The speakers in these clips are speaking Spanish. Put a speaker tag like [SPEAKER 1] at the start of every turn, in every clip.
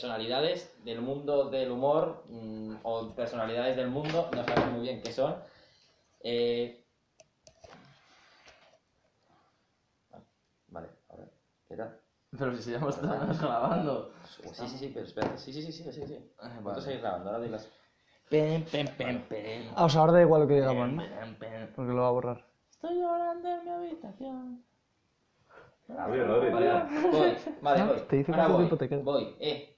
[SPEAKER 1] personalidades del mundo del humor mm, o personalidades del mundo, no sabemos muy bien qué son. Eh, ah, Vale, ahora, ¿qué tal?
[SPEAKER 2] Pero si ya hemos estado grabando.
[SPEAKER 1] Sí, sí, sí, pero espérate. Sí, sí, sí, sí, sí, sí.
[SPEAKER 2] Ah,
[SPEAKER 1] Vosotros
[SPEAKER 2] vale.
[SPEAKER 1] seguís grabando, ahora di las-
[SPEAKER 2] Pen, pen, pen, pen.
[SPEAKER 3] Ah, o sea, ahora da igual lo que digamos,
[SPEAKER 2] Pen,
[SPEAKER 3] ¿no?
[SPEAKER 2] pen, pen.
[SPEAKER 3] Porque lo va a borrar.
[SPEAKER 2] Estoy llorando en mi habitación.
[SPEAKER 4] Oye, Rodri,
[SPEAKER 1] Vale,
[SPEAKER 4] tío.
[SPEAKER 1] vale, voy, vale,
[SPEAKER 3] Ah,
[SPEAKER 1] voy.
[SPEAKER 3] te dice
[SPEAKER 1] Ahora
[SPEAKER 3] cuánto
[SPEAKER 1] voy,
[SPEAKER 3] tiempo te queda.
[SPEAKER 1] Voy, eh.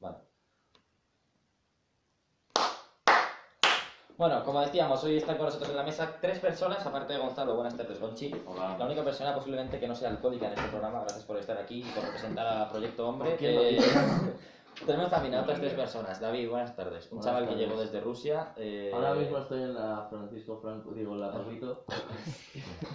[SPEAKER 1] Vale. Bueno, como decíamos, hoy están con nosotros en la mesa tres personas, aparte de Gonzalo. Buenas tardes, Gonchi. La
[SPEAKER 4] Hola.
[SPEAKER 1] única persona posiblemente que no sea alcohólica en este programa, gracias por estar aquí y por representar a Proyecto Hombre.
[SPEAKER 2] ¿Por qué lo
[SPEAKER 1] Eh,
[SPEAKER 2] dices?
[SPEAKER 1] tenemos también a otras tres personas. David, buenas tardes. Un
[SPEAKER 2] Buenas
[SPEAKER 1] chaval que
[SPEAKER 2] tardes.
[SPEAKER 1] llegó desde Rusia. eh,
[SPEAKER 2] Ahora mismo estoy en la Francisco Franco, digo, la Pablito.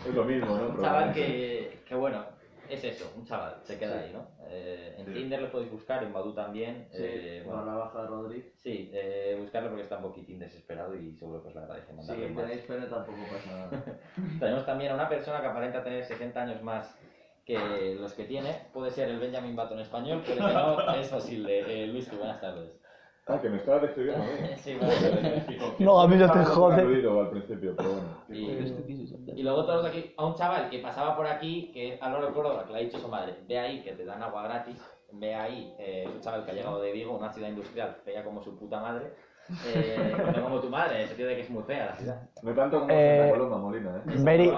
[SPEAKER 4] Es lo mismo, ¿no?
[SPEAKER 1] Un chaval que, que, bueno, es eso, un chaval, se queda ahí, ¿no? Eh, en
[SPEAKER 4] Sí.
[SPEAKER 1] Tinder lo podéis buscar, en Badu también. eh,
[SPEAKER 2] Sí,
[SPEAKER 1] bueno,
[SPEAKER 2] barra baja de Rodríguez.
[SPEAKER 1] sí, eh, buscarlo porque está un poquitín desesperado y seguro que os lo agradece
[SPEAKER 2] Si
[SPEAKER 1] mandarle un
[SPEAKER 2] tenéis pene tampoco pasa nada.
[SPEAKER 1] Tenemos también a una persona que aparenta tener 60 años más que los que tiene. Puede ser el Benjamin Button español, pero que no es posible. Eh, Luis, que buenas tardes.
[SPEAKER 4] Ah, que me estaba describiendo a mí. Ah,
[SPEAKER 1] Sí, buenas tardes.
[SPEAKER 3] No, a mí no te
[SPEAKER 4] Estaba
[SPEAKER 3] jode.
[SPEAKER 4] aludido al principio, pero bueno.
[SPEAKER 1] Y, y luego todos aquí, a un chaval que pasaba por aquí, que a no recuerdo lo que le ha dicho su madre, ve ahí que te dan agua gratis, ve ahí, eh, es un chaval que ha llegado de Vigo, una ciudad industrial, fea como su puta madre, eh, no como tu madre, en el sentido de que es muy fea la ciudad.
[SPEAKER 4] No tanto como
[SPEAKER 3] Eh,
[SPEAKER 4] Santa Coloma, Molina, ¿eh?
[SPEAKER 3] Very,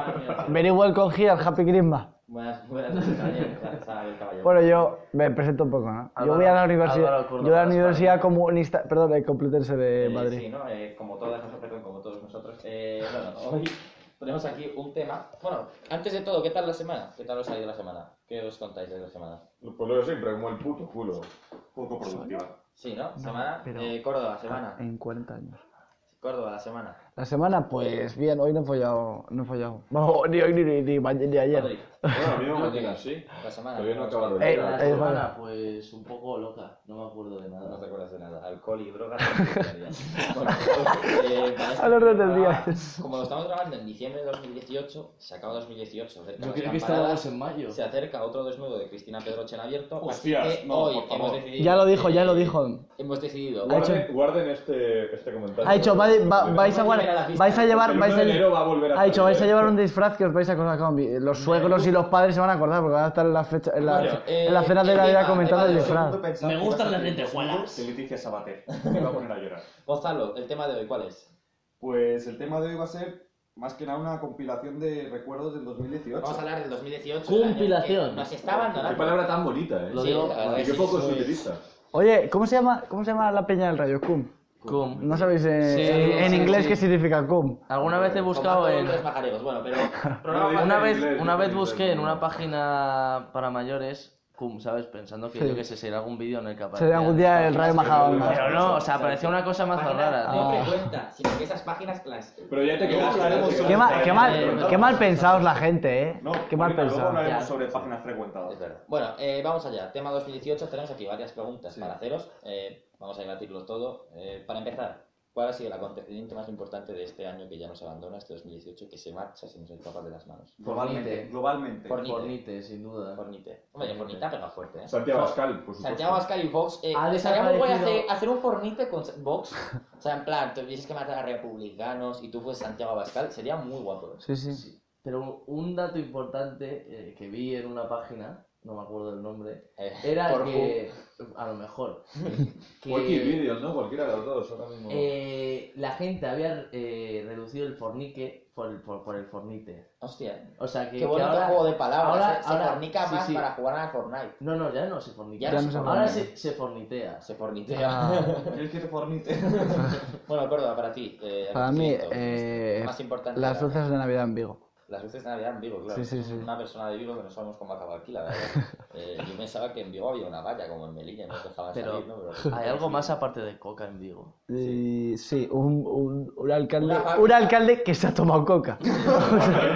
[SPEAKER 3] very welcome here, Happy Christmas.
[SPEAKER 1] Buenas, buenas noches, Daniel, gracias al caballero.
[SPEAKER 3] Bueno, yo me presento un poco, ¿no? Yo voy a la
[SPEAKER 2] Álvaro-
[SPEAKER 3] universidad,
[SPEAKER 2] Álvaro
[SPEAKER 3] yo
[SPEAKER 2] Córdoba,
[SPEAKER 3] a la
[SPEAKER 2] España.
[SPEAKER 3] universidad comunista, perdón, de Complutense de
[SPEAKER 1] Eh, Sí,
[SPEAKER 3] Madrid.
[SPEAKER 1] ¿no? Eh, como todas nosotros, perdón, como todos nosotros. Eh, bueno, hoy tenemos aquí un tema. Bueno, antes de todo, ¿qué tal la semana? ¿Qué tal os ha ido la semana? ¿Qué os contáis de la semana?
[SPEAKER 4] Pues lo de siempre, como el puto culo. Poco productiva.
[SPEAKER 1] Sí, ¿no? semana.
[SPEAKER 3] pero-
[SPEAKER 1] Eh, Córdoba, semana.
[SPEAKER 3] En 40 años.
[SPEAKER 1] Córdoba, la semana.
[SPEAKER 3] La semana, pues bien, hoy no he follado, no he follado. No, ni hoy ni, ni, ni ma- ni ayer.
[SPEAKER 1] Rodri,
[SPEAKER 4] Bueno, a mí me
[SPEAKER 1] Lo
[SPEAKER 4] mantiene
[SPEAKER 1] que-
[SPEAKER 4] así.
[SPEAKER 1] La semana.
[SPEAKER 4] Todavía no ha
[SPEAKER 1] ¿cómo
[SPEAKER 4] acabado
[SPEAKER 1] os
[SPEAKER 4] el
[SPEAKER 3] Eh,
[SPEAKER 4] día.
[SPEAKER 2] La
[SPEAKER 3] es
[SPEAKER 2] semana,
[SPEAKER 3] verdad.
[SPEAKER 2] pues un poco loca, no me acuerdo de
[SPEAKER 1] ha ido? No te
[SPEAKER 2] nada.
[SPEAKER 1] acuerdas de nada. Alcohol y drogas. bueno, eh, para este
[SPEAKER 3] A lo largo del
[SPEAKER 1] programa,
[SPEAKER 3] día.
[SPEAKER 1] Como lo estamos grabando en diciembre de 2018, se acaba 2018. cerca
[SPEAKER 2] Yo
[SPEAKER 1] las
[SPEAKER 2] creí que
[SPEAKER 1] campanadas.
[SPEAKER 2] estábamos en mayo.
[SPEAKER 1] Se acerca otro desnudo de Cristina Pedroche en abierto.
[SPEAKER 4] Hostias,
[SPEAKER 1] así que
[SPEAKER 4] no,
[SPEAKER 1] hoy
[SPEAKER 4] por favor.
[SPEAKER 1] hemos decidido.
[SPEAKER 3] Ya lo dijo, ya lo
[SPEAKER 1] eh,
[SPEAKER 3] dijo.
[SPEAKER 1] Hemos decidido.
[SPEAKER 3] Ha hecho-
[SPEAKER 4] Guarden, guarden este, este comentario.
[SPEAKER 3] Ha dicho, va- va-
[SPEAKER 4] El
[SPEAKER 3] vais a,
[SPEAKER 1] volver a la
[SPEAKER 3] guardar,
[SPEAKER 1] fiesta.
[SPEAKER 3] vais a llevar,
[SPEAKER 4] uno
[SPEAKER 3] vais
[SPEAKER 4] de enero
[SPEAKER 3] a,
[SPEAKER 4] va a volver a
[SPEAKER 3] ha dicho,
[SPEAKER 4] salir,
[SPEAKER 3] vais a
[SPEAKER 4] ¿eh?
[SPEAKER 3] llevar un disfraz que os vais a acordar con vi- los suegros y los padres se van a acordar porque van a estar en la fecha, en la,
[SPEAKER 1] Bueno, eh,
[SPEAKER 3] en la cena de la vida
[SPEAKER 1] venga,
[SPEAKER 3] comentando el
[SPEAKER 1] venga,
[SPEAKER 3] disfraz.
[SPEAKER 5] Me gustan las lentejuelas. De Leticia Sabater. Me va a poner a llorar.
[SPEAKER 1] Gonzalo, el tema de hoy, ¿cuál es?
[SPEAKER 5] Pues el tema de hoy va a ser más que nada una compilación de recuerdos del 2018.
[SPEAKER 1] Vamos a hablar del 2018.
[SPEAKER 2] Compilación.
[SPEAKER 1] el año que Nos está
[SPEAKER 4] Qué
[SPEAKER 1] abandonando.
[SPEAKER 4] palabra tan bonita, ¿eh?
[SPEAKER 2] Lo
[SPEAKER 1] Sí,
[SPEAKER 2] digo,
[SPEAKER 1] la verdad
[SPEAKER 4] Y
[SPEAKER 1] que
[SPEAKER 4] qué
[SPEAKER 1] sí,
[SPEAKER 4] poco se
[SPEAKER 1] soy-
[SPEAKER 4] utiliza.
[SPEAKER 3] Oye, ¿cómo se llama, cómo se llama la peña del rayo? Cum.
[SPEAKER 2] Cum.
[SPEAKER 3] No sabéis eh,
[SPEAKER 2] Sí,
[SPEAKER 3] en
[SPEAKER 2] sí,
[SPEAKER 3] inglés
[SPEAKER 2] sí.
[SPEAKER 3] qué significa cum.
[SPEAKER 2] Alguna vez he buscado
[SPEAKER 1] Combate
[SPEAKER 2] en...
[SPEAKER 1] con tres pajareros, bueno, pero...
[SPEAKER 4] No, digo-
[SPEAKER 1] programa-
[SPEAKER 2] Una
[SPEAKER 4] en
[SPEAKER 2] vez,
[SPEAKER 4] inglés,
[SPEAKER 2] una
[SPEAKER 4] dice
[SPEAKER 2] vez
[SPEAKER 4] en
[SPEAKER 2] busqué
[SPEAKER 4] inglés,
[SPEAKER 2] en
[SPEAKER 4] ¿no?
[SPEAKER 2] una página para mayores, cum, ¿sabes? Pensando que
[SPEAKER 3] Sí.
[SPEAKER 2] yo que sé, será algún vídeo en el que
[SPEAKER 3] Sería
[SPEAKER 2] aparecía.
[SPEAKER 3] algún día el rayo majadahonda.
[SPEAKER 2] Pero no, o sea, parecía una cosa más
[SPEAKER 1] páginas
[SPEAKER 2] rara, tío.
[SPEAKER 1] No
[SPEAKER 3] Ah.
[SPEAKER 1] frecuenta, sino que esas páginas las...
[SPEAKER 4] Pero ya te quedas.
[SPEAKER 5] hablaremos
[SPEAKER 4] ya te
[SPEAKER 3] Qué,
[SPEAKER 5] sobre-
[SPEAKER 3] mal,
[SPEAKER 4] quedas-
[SPEAKER 3] qué, mal, qué mal pensados la gente, eh.
[SPEAKER 5] No,
[SPEAKER 3] Qué mal
[SPEAKER 5] Molina, luego
[SPEAKER 3] pensados.
[SPEAKER 5] hablaremos
[SPEAKER 2] Ya.
[SPEAKER 5] sobre páginas
[SPEAKER 1] Es
[SPEAKER 5] frecuentadas.
[SPEAKER 1] verdad. Bueno, eh, vamos allá. Tema 2018, tenemos aquí varias preguntas para haceros. Eh, vamos a debatirlo todo. Eh, para empezar, ¿cuál ha sido el acontecimiento más importante de este año que ya nos abandona, este 2018, que se marcha, se nos escapa de las manos?
[SPEAKER 2] Fornite.
[SPEAKER 5] Globalmente.
[SPEAKER 1] Por- Fornite.
[SPEAKER 2] Fornite, sin duda.
[SPEAKER 1] Fornite. Hombre, Fornite ha pegado fuerte, ¿eh?
[SPEAKER 4] Santiago Pascal, por supuesto.
[SPEAKER 1] Santiago Pascal y Vox. Eh,
[SPEAKER 2] Ha
[SPEAKER 1] estaría muy guay
[SPEAKER 2] desaparecido.
[SPEAKER 1] hacer, hacer un fornite con Vox. O sea, en plan, te tuvieses que matar a republicanos y tú fues Santiago Abascal. Sería muy guapo.
[SPEAKER 3] Sí, sí.
[SPEAKER 2] Sí. Pero un dato importante eh, que vi en una página, no me acuerdo el nombre,
[SPEAKER 1] Eh,
[SPEAKER 2] era
[SPEAKER 1] por
[SPEAKER 2] que, a lo mejor,
[SPEAKER 4] Cualquier
[SPEAKER 2] que
[SPEAKER 4] vídeo, ¿no? Cualquiera de los dos ahora mismo.
[SPEAKER 2] eh, la gente había eh, reducido el fornique por el, por, por el fornite.
[SPEAKER 1] fu- Hostia.
[SPEAKER 2] O sea, Eh, que,
[SPEAKER 1] Qué
[SPEAKER 2] que
[SPEAKER 1] bonito
[SPEAKER 2] ahora-
[SPEAKER 1] juego de palabras.
[SPEAKER 2] ahora-
[SPEAKER 1] eh. se
[SPEAKER 2] ahora-
[SPEAKER 1] fornica
[SPEAKER 2] sí,
[SPEAKER 1] más
[SPEAKER 2] sí.
[SPEAKER 1] para jugar a la Fortnite.
[SPEAKER 2] No, no, ya no se forniquea.
[SPEAKER 1] Ya no
[SPEAKER 3] se
[SPEAKER 2] Ahora
[SPEAKER 3] forniquea.
[SPEAKER 2] se, se fornitea.
[SPEAKER 1] Se fornitea.
[SPEAKER 3] Ah,
[SPEAKER 5] ¿Quieres que te fornite?
[SPEAKER 1] Bueno, Córdoba, para ti. eh,
[SPEAKER 3] para mí,
[SPEAKER 1] acontecimiento
[SPEAKER 3] eh,
[SPEAKER 1] más importante.
[SPEAKER 3] las
[SPEAKER 1] era-
[SPEAKER 3] luces de Navidad en Vigo.
[SPEAKER 1] Las luces de Navidad en Vigo, claro.
[SPEAKER 3] Sí, sí, sí.
[SPEAKER 1] Una persona de Vigo que no sabemos cómo acaba aquí, la verdad. Eh, yo pensaba que en Vigo había una valla, como en Melilla, y nos dejaban
[SPEAKER 2] Pero-
[SPEAKER 1] salir, ¿no? Pero-
[SPEAKER 2] Hay algo más aparte de coca en Vigo.
[SPEAKER 3] Y sí, un, un, un alcalde,
[SPEAKER 1] Una fa-
[SPEAKER 3] un alcalde que se ha tomado coca.
[SPEAKER 1] Una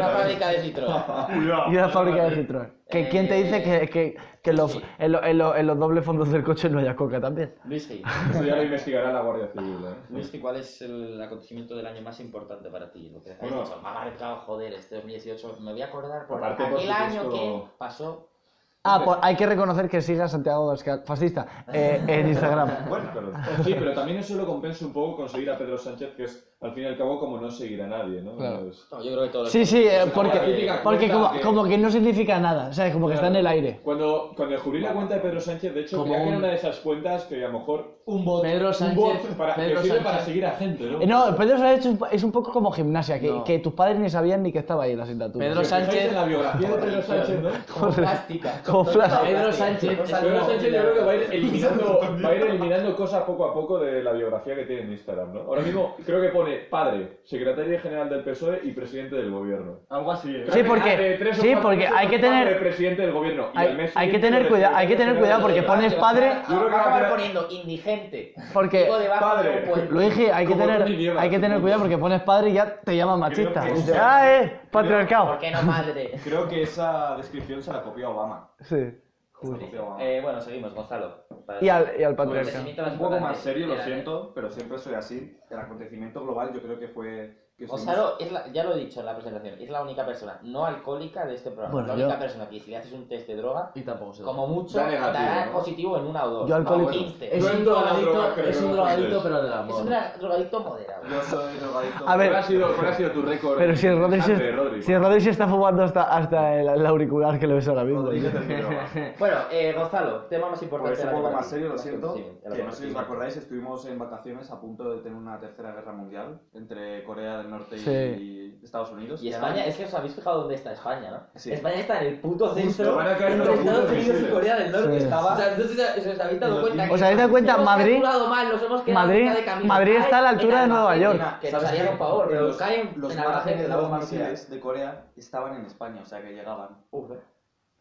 [SPEAKER 1] fábrica de
[SPEAKER 4] Ah,
[SPEAKER 1] Citroën.
[SPEAKER 3] Y una fábrica de Citroën. Que quién te dice que, que, que en, los,
[SPEAKER 1] Sí.
[SPEAKER 3] en, lo- en lo- en los dobles fondos del coche no haya coca también.
[SPEAKER 1] Luis Gil.
[SPEAKER 4] Eso ya lo investigará la Guardia Civil, ¿eh?
[SPEAKER 1] Luis, ¿y ¿cuál es el acontecimiento del año más importante para ti? Lo que has
[SPEAKER 4] Bueno.
[SPEAKER 1] dicho, me ha marcado, joder, este 2018. Me voy a acordar por
[SPEAKER 4] Aparte, por
[SPEAKER 1] aquel año
[SPEAKER 4] supuesto-
[SPEAKER 1] que pasó.
[SPEAKER 3] Ah, pues hay que reconocer que siga Santiago Abascal, fascista, eh, en Instagram.
[SPEAKER 4] Bueno, pero
[SPEAKER 6] Sí, pero también eso lo compensa un poco conseguir a Pedro Sánchez, que es al fin y al cabo como no seguir a nadie, ¿no?
[SPEAKER 3] Claro.
[SPEAKER 6] Es-
[SPEAKER 1] No, yo creo que todo
[SPEAKER 3] Sí, sí, eh,
[SPEAKER 1] es
[SPEAKER 3] porque,
[SPEAKER 1] una típica
[SPEAKER 3] porque
[SPEAKER 6] cuenta
[SPEAKER 3] como,
[SPEAKER 6] que-
[SPEAKER 3] como que no significa nada, o sea, como que está en el aire.
[SPEAKER 6] Cuando, cuando descubrí la cuenta de Pedro Sánchez, de hecho,
[SPEAKER 2] Como
[SPEAKER 6] creía que
[SPEAKER 2] un-
[SPEAKER 6] era una de esas cuentas que a lo mejor un bot,
[SPEAKER 2] Pedro Sánchez-
[SPEAKER 6] un bot para,
[SPEAKER 2] Pedro
[SPEAKER 6] que sirve
[SPEAKER 2] Sánchez.
[SPEAKER 6] para seguir a gente, ¿no?
[SPEAKER 3] Eh, No, Pedro Sánchez es un- es un poco como gimnasia, que,
[SPEAKER 2] No.
[SPEAKER 3] que tus padres ni sabían ni que estaba ahí en la asignatura.
[SPEAKER 2] Pedro
[SPEAKER 6] Si os fijáis
[SPEAKER 2] Sánchez-
[SPEAKER 6] en la biografía de Pedro Sánchez, ¿no?
[SPEAKER 1] como plástica.
[SPEAKER 3] Como plástica.
[SPEAKER 2] Pedro Sánchez es
[SPEAKER 6] Pedro Sánchez yo creo que va a ir eliminando, va a ir eliminando cosas poco a poco de la biografía que tiene en Instagram, ¿no? Ahora mismo creo que pone padre, secretario general del PSOE E y presidente del gobierno.
[SPEAKER 4] algo así. ¿eh?
[SPEAKER 3] Sí,
[SPEAKER 6] Creo que
[SPEAKER 3] porque-
[SPEAKER 6] hace tres o
[SPEAKER 3] sí,
[SPEAKER 6] cuatro
[SPEAKER 3] porque
[SPEAKER 6] meses
[SPEAKER 3] hay que
[SPEAKER 6] fue padre
[SPEAKER 3] tener-
[SPEAKER 6] presidente del gobierno y al
[SPEAKER 3] Hay,
[SPEAKER 6] mes
[SPEAKER 3] hay que
[SPEAKER 6] siguiente
[SPEAKER 3] tener
[SPEAKER 6] fue
[SPEAKER 3] cuidado, hay que tener
[SPEAKER 6] secretario
[SPEAKER 3] cuidado porque
[SPEAKER 6] general
[SPEAKER 3] pones padre,
[SPEAKER 1] Yo creo que
[SPEAKER 6] va a
[SPEAKER 1] acabar
[SPEAKER 6] poner-
[SPEAKER 1] poniendo indigente.
[SPEAKER 3] porque
[SPEAKER 1] Digo, debajo
[SPEAKER 6] Padre.
[SPEAKER 1] de un puente.
[SPEAKER 3] lo dije, hay que
[SPEAKER 6] Como
[SPEAKER 3] tener,
[SPEAKER 6] tú ni llevas,
[SPEAKER 3] hay que tener
[SPEAKER 6] tú.
[SPEAKER 3] cuidado porque pones padre y ya te llaman machista.
[SPEAKER 4] que
[SPEAKER 3] Y
[SPEAKER 4] es-
[SPEAKER 3] dices, ah, eh,
[SPEAKER 1] ¿Por
[SPEAKER 3] patriarcado.
[SPEAKER 1] qué no madre?
[SPEAKER 5] Creo que esa descripción se la copió Obama.
[SPEAKER 3] Sí.
[SPEAKER 5] Se
[SPEAKER 3] Pues
[SPEAKER 5] la copió Obama.
[SPEAKER 1] Eh, bueno, seguimos, Gonzalo.
[SPEAKER 3] Y al, y al
[SPEAKER 1] Como
[SPEAKER 3] patriarcado.
[SPEAKER 1] crecimiento más
[SPEAKER 5] un poco
[SPEAKER 1] importante.
[SPEAKER 5] más serio, lo
[SPEAKER 1] Era-
[SPEAKER 5] siento, pero siempre soy así. El acontecimiento global yo creo que fue... Que estuvimos-
[SPEAKER 1] Gonzalo, es la- ya lo he dicho en la presentación, es la única persona no alcohólica de este programa.
[SPEAKER 3] Bueno,
[SPEAKER 1] la
[SPEAKER 3] yo-
[SPEAKER 1] única persona que si le haces un test de droga,
[SPEAKER 2] Y tampoco se
[SPEAKER 1] como mucho,
[SPEAKER 6] Da negativo,
[SPEAKER 1] dará
[SPEAKER 6] ¿no?
[SPEAKER 1] positivo en una o dos.
[SPEAKER 3] Yo alcohólico.
[SPEAKER 1] Ah, 15.
[SPEAKER 2] Es
[SPEAKER 6] No
[SPEAKER 2] un
[SPEAKER 6] en todas las
[SPEAKER 2] drogadicto,
[SPEAKER 6] drogas, creo
[SPEAKER 2] es
[SPEAKER 6] que
[SPEAKER 2] un
[SPEAKER 6] no
[SPEAKER 2] drogadicto,
[SPEAKER 6] antes.
[SPEAKER 2] pero
[SPEAKER 1] Es
[SPEAKER 2] del
[SPEAKER 1] un
[SPEAKER 2] amor.
[SPEAKER 1] dra- drogadicto moderado.
[SPEAKER 5] Yo soy drogadicto.
[SPEAKER 3] A ver,
[SPEAKER 6] ¿Cuál ha sido, cuál ha sido tu récord?
[SPEAKER 3] Pero si el Rodri
[SPEAKER 6] Rodríguez
[SPEAKER 3] se, si el Rodri se está fumando hasta, hasta el, el auricular que lo ves ahora mismo.
[SPEAKER 5] Rodríguez del Programa.
[SPEAKER 1] Bueno, eh, Gonzalo, tema más importante.
[SPEAKER 5] Pues
[SPEAKER 1] de
[SPEAKER 5] un
[SPEAKER 1] la
[SPEAKER 5] poco
[SPEAKER 1] temporada.
[SPEAKER 5] más serio, lo siento.
[SPEAKER 1] Sí, el
[SPEAKER 5] Que no sé si os
[SPEAKER 1] acontecimiento.
[SPEAKER 5] acordáis, estuvimos en vacaciones a punto de tener una tercera guerra mundial entre Corea del Norte y-
[SPEAKER 3] Sí.
[SPEAKER 5] y Estados Unidos.
[SPEAKER 1] Y España, es que os habéis fijado dónde está España, ¿no?
[SPEAKER 5] Sí.
[SPEAKER 1] España está en el puto
[SPEAKER 6] Justo,
[SPEAKER 1] centro
[SPEAKER 6] van a caer
[SPEAKER 1] entre
[SPEAKER 6] todos los
[SPEAKER 1] Estados Unidos
[SPEAKER 6] puntos
[SPEAKER 1] y
[SPEAKER 6] misiles.
[SPEAKER 1] Corea del Norte.
[SPEAKER 3] Sí.
[SPEAKER 1] Estaba... O sea, entonces os habéis dado cuenta que...
[SPEAKER 3] ¿Os habéis dado cuenta?
[SPEAKER 1] hemos
[SPEAKER 3] Madrid-
[SPEAKER 1] calculado mal, nos hemos quedado
[SPEAKER 3] Madrid-
[SPEAKER 1] mitad de camino.
[SPEAKER 3] Madrid está a la
[SPEAKER 1] Cae
[SPEAKER 3] altura
[SPEAKER 1] en
[SPEAKER 3] de Nueva
[SPEAKER 1] Albacete,
[SPEAKER 3] York.
[SPEAKER 1] Que nos harían un favor, pero
[SPEAKER 5] los,
[SPEAKER 1] caen en
[SPEAKER 5] los
[SPEAKER 1] Albacete,
[SPEAKER 5] márgenes de
[SPEAKER 1] la
[SPEAKER 5] los
[SPEAKER 1] bomba nuclear.
[SPEAKER 5] misiles de Corea estaban en España, o sea que llegaban.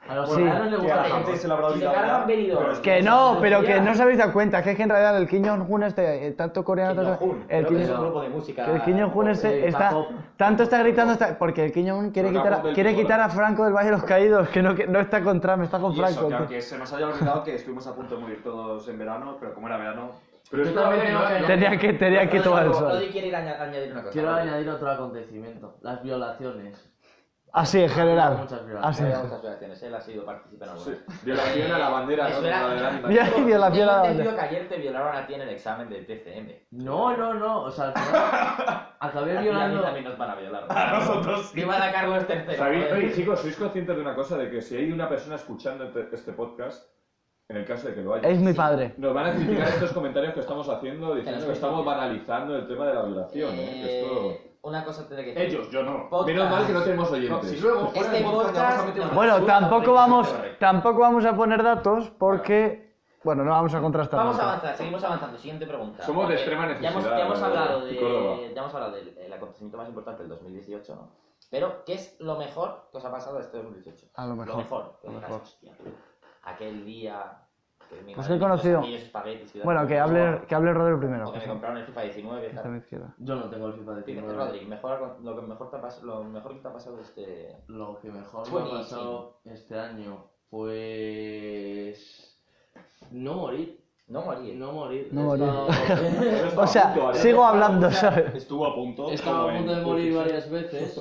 [SPEAKER 2] A los
[SPEAKER 3] Sí.
[SPEAKER 2] coreanos les
[SPEAKER 5] Que
[SPEAKER 2] gusta
[SPEAKER 5] a
[SPEAKER 2] el
[SPEAKER 5] la
[SPEAKER 2] jamón.
[SPEAKER 5] gente se la habrá
[SPEAKER 1] Si se
[SPEAKER 5] olvidado
[SPEAKER 1] cargan
[SPEAKER 5] ya,
[SPEAKER 1] Benidorm.
[SPEAKER 5] pero es
[SPEAKER 3] Que
[SPEAKER 5] que-
[SPEAKER 3] no, pero que no os habéis dado cuenta, que es que en realidad el Kim Jong-un este, eh, tanto coreano,
[SPEAKER 1] Kim
[SPEAKER 3] tanto-
[SPEAKER 1] Jong-un,
[SPEAKER 3] el
[SPEAKER 1] creo
[SPEAKER 3] Kim-
[SPEAKER 1] que es un grupo de música.
[SPEAKER 3] que el Kim Jong-un
[SPEAKER 2] Sí, está
[SPEAKER 3] este está,
[SPEAKER 2] pop.
[SPEAKER 3] tanto está gritando, hasta- porque el Kim Jong-un quiere
[SPEAKER 6] Pero
[SPEAKER 3] quitar,
[SPEAKER 6] Ramón
[SPEAKER 3] a,
[SPEAKER 6] del
[SPEAKER 3] quiere
[SPEAKER 6] Polo.
[SPEAKER 3] quitar a Franco del Valle de los Caídos, que no, que no está con Trump, está con
[SPEAKER 5] Y eso,
[SPEAKER 3] Franco.
[SPEAKER 5] que aunque se nos haya olvidado que estuvimos a punto de morir todos en verano, pero como era verano,
[SPEAKER 6] Pero
[SPEAKER 2] Yo
[SPEAKER 6] esto
[SPEAKER 2] también
[SPEAKER 6] no-
[SPEAKER 2] creo que-
[SPEAKER 6] no-
[SPEAKER 3] Tenía que, tenía que tomar el sol.
[SPEAKER 1] Rodri quiere ir a aña- añadir una cosa.
[SPEAKER 2] Quiero
[SPEAKER 1] Rodri.
[SPEAKER 2] añadir otro acontecimiento, las violaciones.
[SPEAKER 3] Así, en general.
[SPEAKER 2] Muchas gracias.
[SPEAKER 3] Así.
[SPEAKER 1] Ha habido muchas violaciones, él ha sido partícipe en
[SPEAKER 6] Sí,
[SPEAKER 1] algunas.
[SPEAKER 6] Violación a la bandera,
[SPEAKER 1] Eso
[SPEAKER 6] ¿no?
[SPEAKER 1] era-
[SPEAKER 6] La de Dani.
[SPEAKER 3] Ya, violación a
[SPEAKER 1] Tengo
[SPEAKER 3] la
[SPEAKER 1] entendido
[SPEAKER 3] bandera.
[SPEAKER 1] que ayer te violaron a ti en el examen del TCM.
[SPEAKER 2] No, no, no, o sea, al final acabé
[SPEAKER 1] A ti y a mí
[SPEAKER 2] violando...
[SPEAKER 1] también nos van a violar. A nosotros sí. Viva la Carlos III.
[SPEAKER 6] ¿Sabéis-
[SPEAKER 1] joder.
[SPEAKER 6] oye, chicos, ¿sois conscientes de una cosa? De que si hay una persona escuchando este, este podcast, en el caso de que lo haya,
[SPEAKER 3] Es mi padre.
[SPEAKER 6] nos van a criticar estos comentarios que estamos haciendo diciendo que estamos banalizando el tema de la violación, ¿eh? Que esto...
[SPEAKER 1] Eh, Una cosa tendré que decir.
[SPEAKER 4] Ellos, yo no.
[SPEAKER 1] Podcast.
[SPEAKER 6] Menos mal que no tenemos oyentes.
[SPEAKER 4] Si luego fuera
[SPEAKER 1] Este
[SPEAKER 4] de podcast,
[SPEAKER 1] podcast-
[SPEAKER 4] vamos a meter una-
[SPEAKER 3] Bueno,
[SPEAKER 1] Basura,
[SPEAKER 3] tampoco
[SPEAKER 1] hombre,
[SPEAKER 3] vamos,
[SPEAKER 1] correcto.
[SPEAKER 3] tampoco vamos a poner datos porque, bueno, no vamos a contrastar.
[SPEAKER 1] Vamos a
[SPEAKER 3] nada.
[SPEAKER 1] avanzar, seguimos avanzando. Siguiente pregunta.
[SPEAKER 6] Somos
[SPEAKER 1] Porque
[SPEAKER 6] de extrema
[SPEAKER 1] Ya hemos,
[SPEAKER 6] necesidad,
[SPEAKER 1] ya hemos
[SPEAKER 6] eh,
[SPEAKER 1] hablado de,
[SPEAKER 6] y Córdoba.
[SPEAKER 1] ya hemos hablado del el acontecimiento más importante del 2018, ¿no? Pero, ¿qué es lo mejor que os ha pasado este 2018?
[SPEAKER 3] A Ah, lo mejor.
[SPEAKER 1] Lo mejor. que
[SPEAKER 3] Lo
[SPEAKER 1] digas,
[SPEAKER 3] mejor.
[SPEAKER 1] hostia, Aquel día... Que mi
[SPEAKER 3] Pues
[SPEAKER 1] madre
[SPEAKER 3] he
[SPEAKER 1] hizo
[SPEAKER 3] conocido-
[SPEAKER 1] aquellos espaguetis que-
[SPEAKER 3] Bueno, que hable, que hable Rodri primero.
[SPEAKER 1] O que me compraron el FIFA 19.
[SPEAKER 3] Está a
[SPEAKER 1] Claro.
[SPEAKER 3] mi izquierda.
[SPEAKER 2] Yo no tengo el FIFA de
[SPEAKER 1] Fíjate,
[SPEAKER 2] 19.
[SPEAKER 1] Rodri, mejor, lo, que mejor te ha pas- lo mejor que te ha pasado este...
[SPEAKER 2] Lo que mejor me ha pasado este año, pues... No morir,
[SPEAKER 1] No ¿eh? morir.
[SPEAKER 2] no morir.
[SPEAKER 3] No
[SPEAKER 2] He
[SPEAKER 3] morir.
[SPEAKER 2] estado-
[SPEAKER 4] Pero estaba
[SPEAKER 3] O
[SPEAKER 4] a
[SPEAKER 3] sea,
[SPEAKER 4] punto, ¿vale?
[SPEAKER 3] sigo hablando, ¿sabes?
[SPEAKER 4] Estuvo a punto.
[SPEAKER 2] He estado a punto de morir varias veces,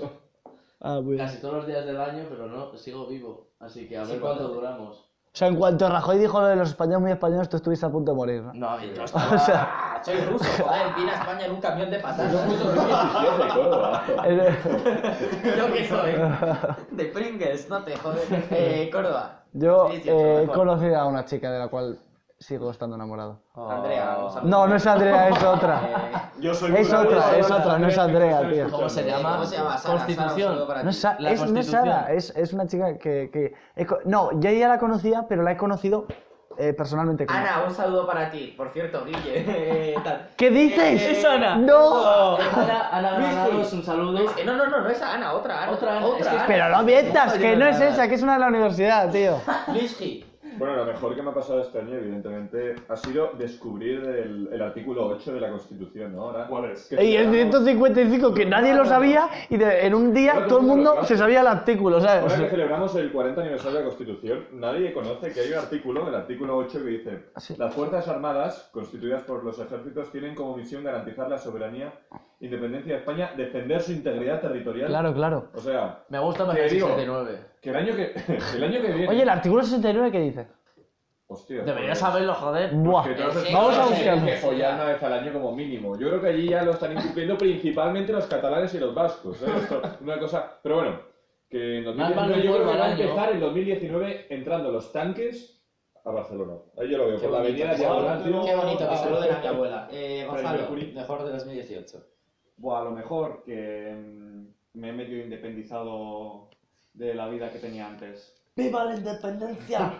[SPEAKER 3] Ah, muy bien.
[SPEAKER 2] casi todos los días del año, pero no, sigo vivo. Así que a
[SPEAKER 1] Sí,
[SPEAKER 2] ver
[SPEAKER 1] cuánto
[SPEAKER 2] cuánto duramos.
[SPEAKER 3] O sea, en cuanto Rajoy dijo lo de los españoles muy españoles, tú estuviste a punto de morir, ¿no?
[SPEAKER 2] No, yo
[SPEAKER 3] O sea,
[SPEAKER 1] Ah, soy ruso, joder, vine a España en un camión de patatas.
[SPEAKER 6] Diecisiete, Córdoba.
[SPEAKER 3] el-
[SPEAKER 1] ¿Yo qué soy? De Pringles, no te jodes. Eh, Córdoba.
[SPEAKER 3] yo
[SPEAKER 1] Sí, sí, es lo
[SPEAKER 3] eh, he
[SPEAKER 1] mejor.
[SPEAKER 3] conocido a una chica de la cual sigo estando enamorado.
[SPEAKER 1] Andrea, vamos a-
[SPEAKER 3] No, no es Andrea, es
[SPEAKER 1] Eh,
[SPEAKER 3] otra.
[SPEAKER 4] Yo soy
[SPEAKER 3] Es
[SPEAKER 4] muy
[SPEAKER 3] otra,
[SPEAKER 4] bueno.
[SPEAKER 3] es otra, no es Andrea, tío.
[SPEAKER 2] ¿Cómo se
[SPEAKER 1] eh,
[SPEAKER 2] llama?
[SPEAKER 1] ¿Cómo se llama? Sara, Sara, un
[SPEAKER 2] Constitución.
[SPEAKER 1] saludo para
[SPEAKER 3] No
[SPEAKER 1] ti.
[SPEAKER 3] es, Sa-
[SPEAKER 2] La
[SPEAKER 3] es- no es
[SPEAKER 2] Constitución.
[SPEAKER 3] Sara, es, es una chica que... que he co- no, yo ya la conocía, pero la he conocido eh, personalmente. con-
[SPEAKER 1] Ana, un saludo para ti. Por cierto, Guille. eh, tal.
[SPEAKER 3] ¿Qué
[SPEAKER 1] Eh,
[SPEAKER 3] dices?
[SPEAKER 2] Oh.
[SPEAKER 3] ¡No!
[SPEAKER 2] Ana, Ana Granados, un saludo.
[SPEAKER 1] Es que no, no, no, no es Ana, otra Ana.
[SPEAKER 2] Otra Ana, es que-
[SPEAKER 3] Pero no mientas, que no es
[SPEAKER 2] Oye,
[SPEAKER 3] esa, que es una de la universidad, tío.
[SPEAKER 1] Luis G.
[SPEAKER 6] Bueno, lo mejor que me ha pasado este año, evidentemente, ha sido descubrir el, el artículo 8 de la Constitución, ¿no? Ahora,
[SPEAKER 4] ¿Cuál es?
[SPEAKER 6] que
[SPEAKER 3] Y
[SPEAKER 6] se
[SPEAKER 3] el
[SPEAKER 6] llama-
[SPEAKER 3] 155, que nadie lo sabía, y de- en un día
[SPEAKER 6] Claro,
[SPEAKER 3] todo el
[SPEAKER 6] claro,
[SPEAKER 3] mundo
[SPEAKER 6] claro.
[SPEAKER 3] se sabía el artículo, ¿sabes?
[SPEAKER 6] Ahora que celebramos el 40 aniversario de la Constitución, nadie conoce que hay un artículo, el artículo 8, que dice
[SPEAKER 3] Ah, Sí.
[SPEAKER 6] Las Fuerzas Armadas, constituidas por los ejércitos, tienen como misión garantizar la soberanía independencia de España, defender su integridad territorial.
[SPEAKER 3] Claro, claro.
[SPEAKER 6] O sea,
[SPEAKER 2] Me gusta más que el
[SPEAKER 6] Te digo.
[SPEAKER 2] 69.
[SPEAKER 6] que el año que, el año que viene.
[SPEAKER 3] Oye, el artículo 69, ¿qué dice?
[SPEAKER 6] Hostia,
[SPEAKER 2] Deberías
[SPEAKER 6] joder.
[SPEAKER 2] saberlo, joder.
[SPEAKER 3] Buah.
[SPEAKER 6] Que todas las
[SPEAKER 7] Sí,
[SPEAKER 3] Vamos a
[SPEAKER 6] personas tienen
[SPEAKER 3] buscarlo.
[SPEAKER 6] que follar una vez al año como mínimo. Yo creo que allí ya lo están incumpliendo principalmente los catalanes y los vascos. ¿eh? Esto, una cosa... Pero bueno, que
[SPEAKER 2] Más
[SPEAKER 6] en
[SPEAKER 2] vale un
[SPEAKER 6] 2019, yo creo
[SPEAKER 2] pueblo
[SPEAKER 6] que va a
[SPEAKER 2] al año.
[SPEAKER 6] empezar en 2019 entrando los tanques a Barcelona. Ahí yo lo veo,
[SPEAKER 1] Qué
[SPEAKER 6] por la
[SPEAKER 1] bonito,
[SPEAKER 6] avenida
[SPEAKER 1] qué
[SPEAKER 6] Diagonal, tío. Ah,
[SPEAKER 1] bonito, que se lo den a mi abuela. Eh,
[SPEAKER 6] Premio
[SPEAKER 1] Gonzalo,
[SPEAKER 6] Curi.
[SPEAKER 1] mejor de 2018.
[SPEAKER 5] Buah, a lo mejor que mm, me he medio independizado de la vida que tenía antes.
[SPEAKER 3] ¡Viva la independencia!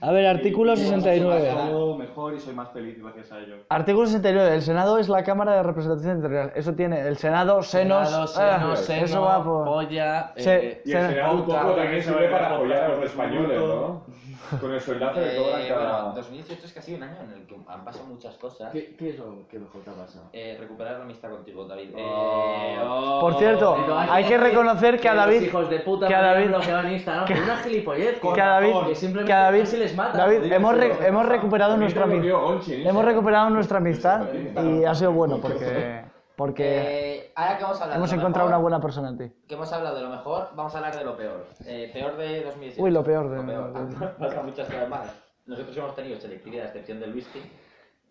[SPEAKER 3] A ver, artículo
[SPEAKER 5] Y- y ahora soy
[SPEAKER 3] 69.
[SPEAKER 5] más algo mejor y soy más feliz gracias a ello.
[SPEAKER 3] Artículo 69. El Senado es la Cámara de Representación Territorial. Eso tiene. El Senado, senos.
[SPEAKER 2] Senado,
[SPEAKER 3] ah,
[SPEAKER 2] seno, seno,
[SPEAKER 3] Eso va por.
[SPEAKER 2] polla.
[SPEAKER 3] Se-
[SPEAKER 2] eh,
[SPEAKER 6] Y el
[SPEAKER 3] Seno.
[SPEAKER 6] Senado un poco
[SPEAKER 2] Puta,
[SPEAKER 6] también
[SPEAKER 5] que se
[SPEAKER 6] sirve
[SPEAKER 5] va a
[SPEAKER 6] para
[SPEAKER 5] ir a
[SPEAKER 6] apoyar a
[SPEAKER 5] votar
[SPEAKER 6] los
[SPEAKER 5] por
[SPEAKER 6] españoles,
[SPEAKER 5] voto.
[SPEAKER 6] ¿no? Con el sueldazo que
[SPEAKER 1] Eh,
[SPEAKER 6] cobran
[SPEAKER 1] bueno,
[SPEAKER 6] cada...
[SPEAKER 1] 2018 es que ha sido un año en el que han pasado muchas cosas.
[SPEAKER 2] ¿Qué, qué es lo que mejor te ha pasado?
[SPEAKER 1] Eh, recuperar la amistad contigo, David. Eh,
[SPEAKER 2] Oh.
[SPEAKER 1] oh.
[SPEAKER 3] Ah. Por cierto,
[SPEAKER 2] Pero
[SPEAKER 3] hay que
[SPEAKER 2] decir
[SPEAKER 3] reconocer que a
[SPEAKER 2] los
[SPEAKER 3] David-
[SPEAKER 2] hijos de puta
[SPEAKER 3] que a
[SPEAKER 2] me
[SPEAKER 3] David-
[SPEAKER 2] han bloqueado en Instagram
[SPEAKER 3] que-
[SPEAKER 2] por una gilipollez.
[SPEAKER 3] que a David-
[SPEAKER 2] Que simplemente
[SPEAKER 3] que a David-
[SPEAKER 2] casi les mata.
[SPEAKER 3] David, hemos, re- hemos recuperado
[SPEAKER 6] A mí
[SPEAKER 3] nuestra
[SPEAKER 6] me
[SPEAKER 3] amistad.
[SPEAKER 6] bloqueó Gonchi en
[SPEAKER 3] Hemos
[SPEAKER 6] Instagram.
[SPEAKER 3] recuperado nuestra amistad y ha sido bueno porque. Porque
[SPEAKER 1] Eh, ahora que vamos a hablar de
[SPEAKER 3] hemos
[SPEAKER 1] lo
[SPEAKER 3] encontrado una
[SPEAKER 1] mejor,
[SPEAKER 3] buena persona en ti.
[SPEAKER 1] Que hemos hablado de lo mejor, vamos a hablar de lo peor. Eh, peor de 2018.
[SPEAKER 3] Uy, lo peor de-
[SPEAKER 1] Pasa muchas cosas malas. Nosotros hemos tenido selectividad, a excepción del whisky.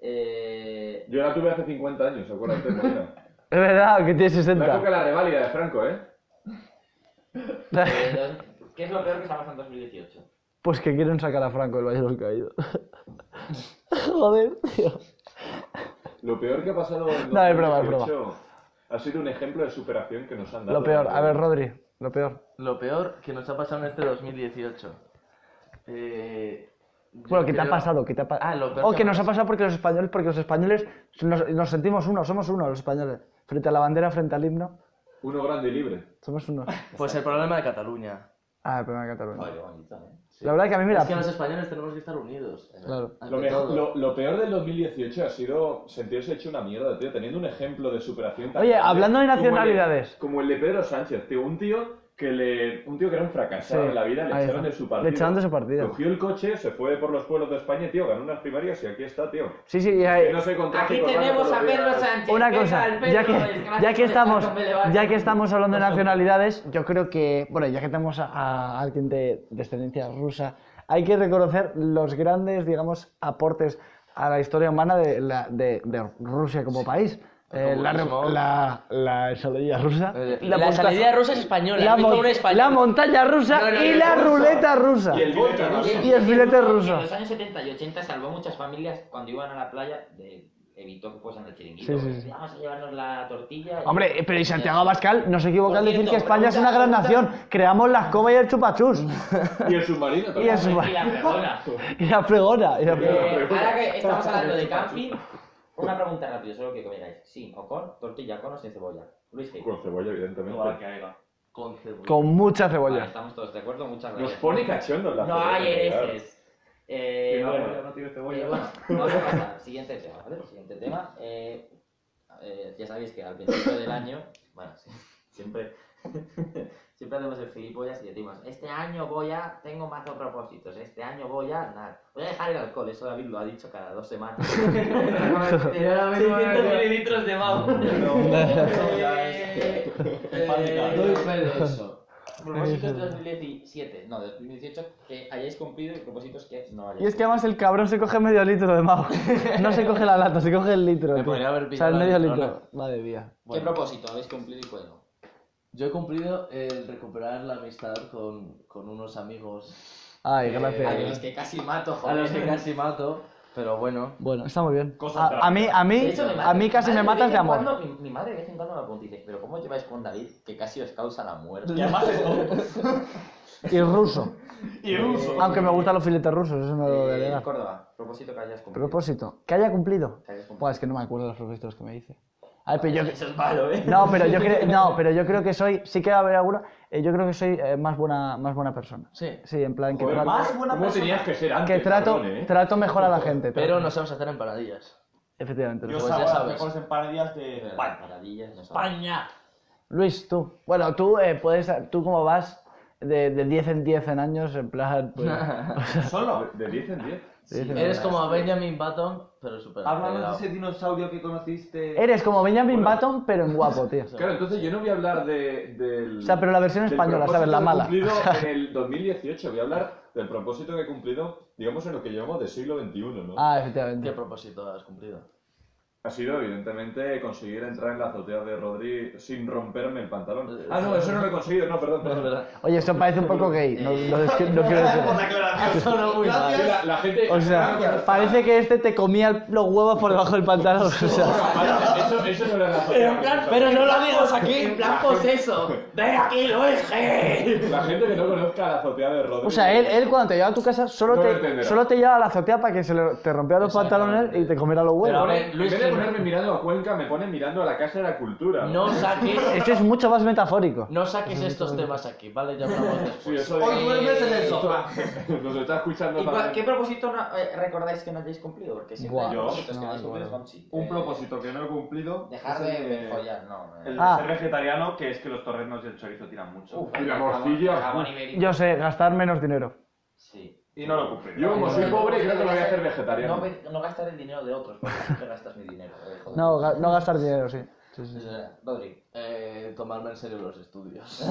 [SPEAKER 1] Eh,
[SPEAKER 6] Yo la tuve hace 50 años, acuérdate, Molina.
[SPEAKER 3] Es verdad que tiene
[SPEAKER 6] La época
[SPEAKER 3] 60.
[SPEAKER 6] de la reválida de Franco, ¿eh?
[SPEAKER 1] eh, dos- ¿Qué es lo peor que se ha pasado en 2018?
[SPEAKER 3] Pues que quieren sacar a Franco del Valle de los Caídos. Joder, tío.
[SPEAKER 6] Lo peor que ha pasado en
[SPEAKER 3] No, es broma, es
[SPEAKER 6] 2018 ha sido un ejemplo de superación que nos han dado.
[SPEAKER 3] Lo peor. A ver, Rodri, lo peor.
[SPEAKER 2] Lo peor que nos ha pasado en este 2018. Eh, yo
[SPEAKER 3] Bueno, que te ha
[SPEAKER 2] creo-
[SPEAKER 3] pasado, que te ha pasado.
[SPEAKER 2] Ah, lo peor
[SPEAKER 3] o
[SPEAKER 2] que
[SPEAKER 3] que
[SPEAKER 2] ha
[SPEAKER 3] nos ha
[SPEAKER 2] pasado.
[SPEAKER 3] pasado porque los españoles, porque los españoles nos, nos sentimos uno, somos uno los españoles. Frente a la bandera, frente al himno,
[SPEAKER 6] Uno grande y libre.
[SPEAKER 3] somos uno.
[SPEAKER 2] Pues el problema de Cataluña.
[SPEAKER 3] Ah, el problema de Cataluña.
[SPEAKER 1] Joder, qué bonito, ¿eh?
[SPEAKER 3] La verdad que a mí, mira, pues-
[SPEAKER 2] Es que los españoles tenemos que estar unidos. eh,
[SPEAKER 3] Claro.
[SPEAKER 2] Ante
[SPEAKER 6] Lo, mejo-
[SPEAKER 2] todo.
[SPEAKER 6] lo- lo peor del 2018 ha sido sentirse hecho una mierda, tío, teniendo un ejemplo de superación. tan
[SPEAKER 3] Oye,
[SPEAKER 6] grande
[SPEAKER 3] hablando de
[SPEAKER 6] como el
[SPEAKER 3] nacionalidades.
[SPEAKER 6] Como el de, Pedro Sánchez, tío, un tío que le, un tío que era un fracasado
[SPEAKER 3] Sí,
[SPEAKER 6] en la vida, le
[SPEAKER 3] ahí
[SPEAKER 6] echaron
[SPEAKER 3] está.
[SPEAKER 6] de su partido.
[SPEAKER 3] Le echaron de su partido.
[SPEAKER 6] Cogió el coche, se fue por los pueblos de España, tío, ganó unas primarias y aquí está, tío.
[SPEAKER 3] sí, sí, ya-
[SPEAKER 6] Que no sé con
[SPEAKER 7] Aquí
[SPEAKER 6] tráfico urbano
[SPEAKER 7] tenemos
[SPEAKER 6] todos
[SPEAKER 7] a
[SPEAKER 6] los
[SPEAKER 7] Pedro
[SPEAKER 6] días.
[SPEAKER 7] Sánchez.
[SPEAKER 3] Una
[SPEAKER 7] Venga,
[SPEAKER 3] cosa,
[SPEAKER 7] al Pedro,
[SPEAKER 3] ya
[SPEAKER 7] es
[SPEAKER 3] que,
[SPEAKER 7] no
[SPEAKER 3] ya que
[SPEAKER 7] me
[SPEAKER 3] estamos,
[SPEAKER 7] levanto, me levanto.
[SPEAKER 3] ya que estamos hablando de nacionalidades, yo creo que, bueno, ya que tenemos a, a alguien de descendencia rusa, hay que reconocer los grandes, digamos, aportes a la historia humana de, la- de- de Rusia como país. Eh, la,
[SPEAKER 2] comunismo.
[SPEAKER 3] la, la ensaladilla rusa,
[SPEAKER 2] Eh,
[SPEAKER 3] la,
[SPEAKER 7] La
[SPEAKER 3] monta-
[SPEAKER 7] salida rusa es española.
[SPEAKER 3] la
[SPEAKER 7] lo hizo
[SPEAKER 3] mon-
[SPEAKER 7] un español.
[SPEAKER 3] la montaña rusa
[SPEAKER 7] No, no,
[SPEAKER 3] y
[SPEAKER 7] no,
[SPEAKER 3] la
[SPEAKER 7] rusa.
[SPEAKER 3] ruleta rusa.
[SPEAKER 6] Y el Volta, ¿no?
[SPEAKER 3] Y el filete ruso.
[SPEAKER 1] En los años 70 y 80 salvó muchas familias cuando iban a la playa, de- evitó que fuesen al chiringuito.
[SPEAKER 3] Sí, sí, sí.
[SPEAKER 1] Vamos a llevarnos la tortilla. y-
[SPEAKER 3] Hombre, eh, pero y Santiago Abascal no se equivoca al
[SPEAKER 1] Por
[SPEAKER 3] decir
[SPEAKER 1] cierto,
[SPEAKER 3] que España es una gran
[SPEAKER 1] pregunta-
[SPEAKER 3] nación. Creamos las comas y el chupachús.
[SPEAKER 6] Y el submarino
[SPEAKER 3] y,
[SPEAKER 6] también.
[SPEAKER 3] el suba-
[SPEAKER 1] Y la perdona.
[SPEAKER 3] y la fregona. y la fregona.
[SPEAKER 1] Eh, ahora que estamos hablando de camping, una pregunta rápida, solo que comeráis. Sí, o con, tortilla con o sin cebolla. Luis, ¿qué?
[SPEAKER 6] Con cebolla, evidentemente.
[SPEAKER 5] No vale que haga.
[SPEAKER 2] Con cebolla.
[SPEAKER 3] Con mucha
[SPEAKER 1] Vale,
[SPEAKER 3] cebolla.
[SPEAKER 1] estamos todos de acuerdo, muchas
[SPEAKER 6] Nos
[SPEAKER 1] gracias.
[SPEAKER 6] pone cachondos la
[SPEAKER 1] No
[SPEAKER 6] cebolla,
[SPEAKER 1] hay
[SPEAKER 6] claro.
[SPEAKER 1] herejes. Eh,
[SPEAKER 5] Que no,
[SPEAKER 1] bueno,
[SPEAKER 5] ya no tiene cebolla.
[SPEAKER 1] eh, bueno, vamos a pasar. Siguiente tema, ¿vale? Siguiente tema. eh, eh, ya sabéis que al principio del año, bueno, sí, siempre, siempre hacemos el gilipollas y decimos, este año voy a, tengo más propósitos, este año voy a, nada, voy a dejar el alcohol, eso David lo ha dicho cada dos semanas. 600 mililitros de Mau. Eh, eh,
[SPEAKER 2] Doy fe de eso.
[SPEAKER 1] Propósitos de 2017, no, de 2018 que hayáis cumplido y propósitos que no hayáis
[SPEAKER 3] Y es que además el cabrón se coge medio litro de mago. No se coge la lata, se coge el litro.
[SPEAKER 2] Me
[SPEAKER 3] tío.
[SPEAKER 2] podría haber
[SPEAKER 3] o
[SPEAKER 2] pillado
[SPEAKER 3] sea, el
[SPEAKER 2] la
[SPEAKER 3] medio
[SPEAKER 2] litrona.
[SPEAKER 3] litro. Madre mía.
[SPEAKER 1] ¿Qué
[SPEAKER 2] Bueno,
[SPEAKER 1] propósito habéis cumplido y cuál no?
[SPEAKER 2] yo he cumplido el recuperar la amistad con, con unos amigos
[SPEAKER 3] Ay,
[SPEAKER 1] A los
[SPEAKER 3] gracias.
[SPEAKER 1] que casi mato,
[SPEAKER 2] a
[SPEAKER 1] joder.
[SPEAKER 2] los que casi mato, pero bueno.
[SPEAKER 3] Bueno, está muy bien.
[SPEAKER 5] Cosas
[SPEAKER 3] A,
[SPEAKER 5] trágicas.
[SPEAKER 3] a mí, a
[SPEAKER 1] De
[SPEAKER 3] mí,
[SPEAKER 1] hecho, mi
[SPEAKER 3] a
[SPEAKER 1] madre-
[SPEAKER 3] mí casi
[SPEAKER 1] mi
[SPEAKER 3] me
[SPEAKER 1] madre
[SPEAKER 3] matas
[SPEAKER 1] vez
[SPEAKER 3] de
[SPEAKER 1] en
[SPEAKER 3] amor.
[SPEAKER 1] cuando- mi, mi madre de vez en cuando me apunta y dice, pero ¿cómo lleváis con David que casi os causa la muerte?
[SPEAKER 5] Y además es
[SPEAKER 3] Y ruso.
[SPEAKER 5] Y ruso.
[SPEAKER 3] Aunque me gustan los filetes rusos, eso no lo voy a
[SPEAKER 1] Eh,
[SPEAKER 3] negar.
[SPEAKER 1] Córdoba, propósito que hayas cumplido.
[SPEAKER 3] Propósito. Que haya cumplido.
[SPEAKER 1] Que hayas cumplido.
[SPEAKER 3] Buah, es que no me acuerdo los propósitos que me dice. Ay, pero yo,
[SPEAKER 1] Eso es malo, ¿eh?
[SPEAKER 3] No, pero yo creo, no, pero yo creo que soy, sí que va a haber alguna, eh, yo creo que soy eh, más buena, más buena persona.
[SPEAKER 2] Sí.
[SPEAKER 3] Sí, en plan que
[SPEAKER 6] Joder,
[SPEAKER 3] trato,
[SPEAKER 6] ¿cómo tenías que ser antes?
[SPEAKER 3] que trato,
[SPEAKER 6] cabrón, eh?
[SPEAKER 3] trato mejor a la gente. trato-
[SPEAKER 2] Pero no sabemos hacer empanadillas.
[SPEAKER 3] Efectivamente.
[SPEAKER 5] Yo
[SPEAKER 3] no sé.
[SPEAKER 2] Pues ya
[SPEAKER 5] saco las
[SPEAKER 2] sabes.
[SPEAKER 5] mejores empanadillas de
[SPEAKER 1] Pero las
[SPEAKER 5] España.
[SPEAKER 1] paradillas no son-
[SPEAKER 2] ¡Paña!
[SPEAKER 3] Luis, tú. Bueno, tú eh, puedes, tú cómo vas de, de 10 en 10 en años, en plan, pues,
[SPEAKER 5] Solo.
[SPEAKER 6] De de 10 en 10.
[SPEAKER 3] Te dicen
[SPEAKER 2] Eres
[SPEAKER 3] verdades.
[SPEAKER 2] como Benjamin Button, pero super
[SPEAKER 5] Háblanos de
[SPEAKER 2] acelerado.
[SPEAKER 5] ese dinosaurio que conociste.
[SPEAKER 3] Eres como Benjamin Button, pero en guapo, tío.
[SPEAKER 6] Claro, entonces yo no voy a hablar de, del.
[SPEAKER 3] O sea, pero la versión
[SPEAKER 6] del
[SPEAKER 3] española, ¿sabes? La mala.
[SPEAKER 6] propósito cumplido en el 2018, voy a hablar del propósito que he cumplido, digamos, en lo que llamamos de siglo XXI, ¿no?
[SPEAKER 3] Ah,
[SPEAKER 2] ¿Qué
[SPEAKER 3] efectivamente.
[SPEAKER 2] propósito has cumplido?
[SPEAKER 6] Ha sido, evidentemente, conseguir entrar en la azotea de Rodri sin romperme el pantalón.
[SPEAKER 2] Eh,
[SPEAKER 6] Ah, no, eso no lo he conseguido, no, perdón,
[SPEAKER 2] No es
[SPEAKER 6] perdón.
[SPEAKER 2] verdad.
[SPEAKER 3] Oye, eso parece un poco gay. No, no es que- no quiero decir.
[SPEAKER 2] Sonó muy mal.
[SPEAKER 6] La, la gente.
[SPEAKER 3] O sea, parece que este te comía el- los huevos por debajo del pantalón. O sea,
[SPEAKER 6] Eso, eso no lo he
[SPEAKER 2] Pero no lo digas aquí. En plan poseso.
[SPEAKER 6] La gente que no conozca la azotea de Rodri.
[SPEAKER 3] o sea, él, él cuando te llevaba a tu casa solo
[SPEAKER 6] No lo
[SPEAKER 3] te,
[SPEAKER 6] entenderá.
[SPEAKER 3] solo te llevaba a la azotea para que se le- te rompiera los
[SPEAKER 2] Exactamente.
[SPEAKER 3] pantalones y te comiera los
[SPEAKER 6] Me
[SPEAKER 3] huevos.
[SPEAKER 2] Pero-
[SPEAKER 6] pone-
[SPEAKER 2] Ahora, Luis
[SPEAKER 6] en vez de
[SPEAKER 2] Jiménez-
[SPEAKER 6] ponerme mirando a Cuenca, me pone mirando a la Casa de la Cultura.
[SPEAKER 2] No saques,
[SPEAKER 3] Este es mucho más metafórico.
[SPEAKER 2] no saques estos temas aquí, ¿vale? Ya hablamos
[SPEAKER 6] Sí,
[SPEAKER 2] después.
[SPEAKER 6] eso de-
[SPEAKER 1] Hoy duermes en el sofá.
[SPEAKER 6] Nos está escuchando
[SPEAKER 1] ¿Y cuál-
[SPEAKER 6] también.
[SPEAKER 1] qué propósito no- eh, recordáis que no hayáis cumplido? Porque siempre
[SPEAKER 3] Buah,
[SPEAKER 1] hay
[SPEAKER 3] yo,
[SPEAKER 1] propósitos que
[SPEAKER 3] no,
[SPEAKER 1] no habéis cumplido,
[SPEAKER 3] bueno.
[SPEAKER 1] Juanchi.
[SPEAKER 5] Un
[SPEAKER 1] Eh,
[SPEAKER 5] propósito que no he cumplido.
[SPEAKER 1] Dejar
[SPEAKER 5] es el
[SPEAKER 1] de,
[SPEAKER 5] de-
[SPEAKER 1] follar, no. eh.
[SPEAKER 5] El de
[SPEAKER 3] Ah.
[SPEAKER 5] ser vegetariano, que es que los torrenos y el chorizo tiran mucho.
[SPEAKER 1] Uf,
[SPEAKER 6] Y la
[SPEAKER 1] el
[SPEAKER 6] morcilla.
[SPEAKER 1] jamón- el jamón ibérico.
[SPEAKER 3] Yo sé, gastar menos dinero.
[SPEAKER 1] Sí.
[SPEAKER 5] Y no lo he cumplido.
[SPEAKER 6] Yo como soy pobre, creo que me voy a hacer
[SPEAKER 1] No,
[SPEAKER 6] vegetariano.
[SPEAKER 1] ve- no gastar el dinero de otros, porque siempre gastas mi dinero. eh, joder.
[SPEAKER 3] No, ga- no gastar dinero, sí. Sí, sí.
[SPEAKER 1] Eh, Rodri.
[SPEAKER 2] Eh, tomarme en serio los estudios.